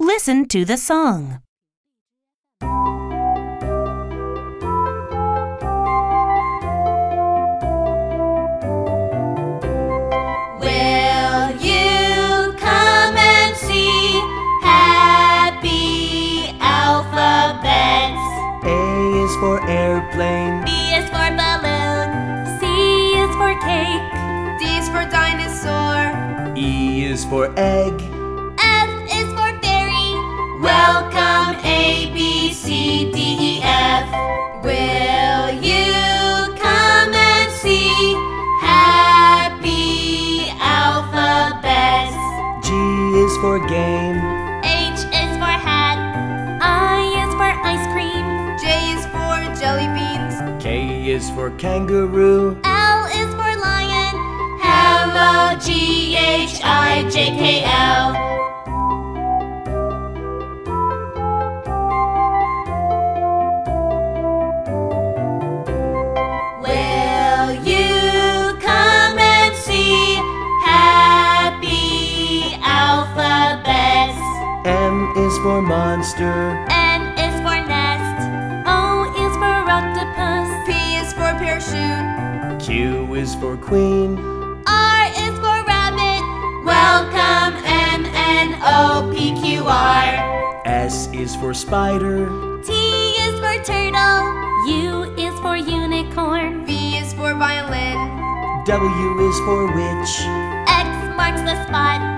Listen to the song. Will you come and see happy alphabets? A is for airplane, B is for balloon, C is for cake, D is for dinosaur, E is for egg, F is for fairy. Welcome A B C D E F. Will you come and see happy alphabets? G is for game, H is for hat. I is for ice cream. J is for jelly beans. K is for kangaroo, L is for lion. Hello, G H I J K L. Will you come and see happy alphabets? M is for monster, N is for nest. O is for octopus. P is for parachute. Q is for queen, R is for rabbit. Welcome M N O P Q R. S is for spider, T is for turtle. U is for unicorn. V is for violin. W is for witch, X marks the spot.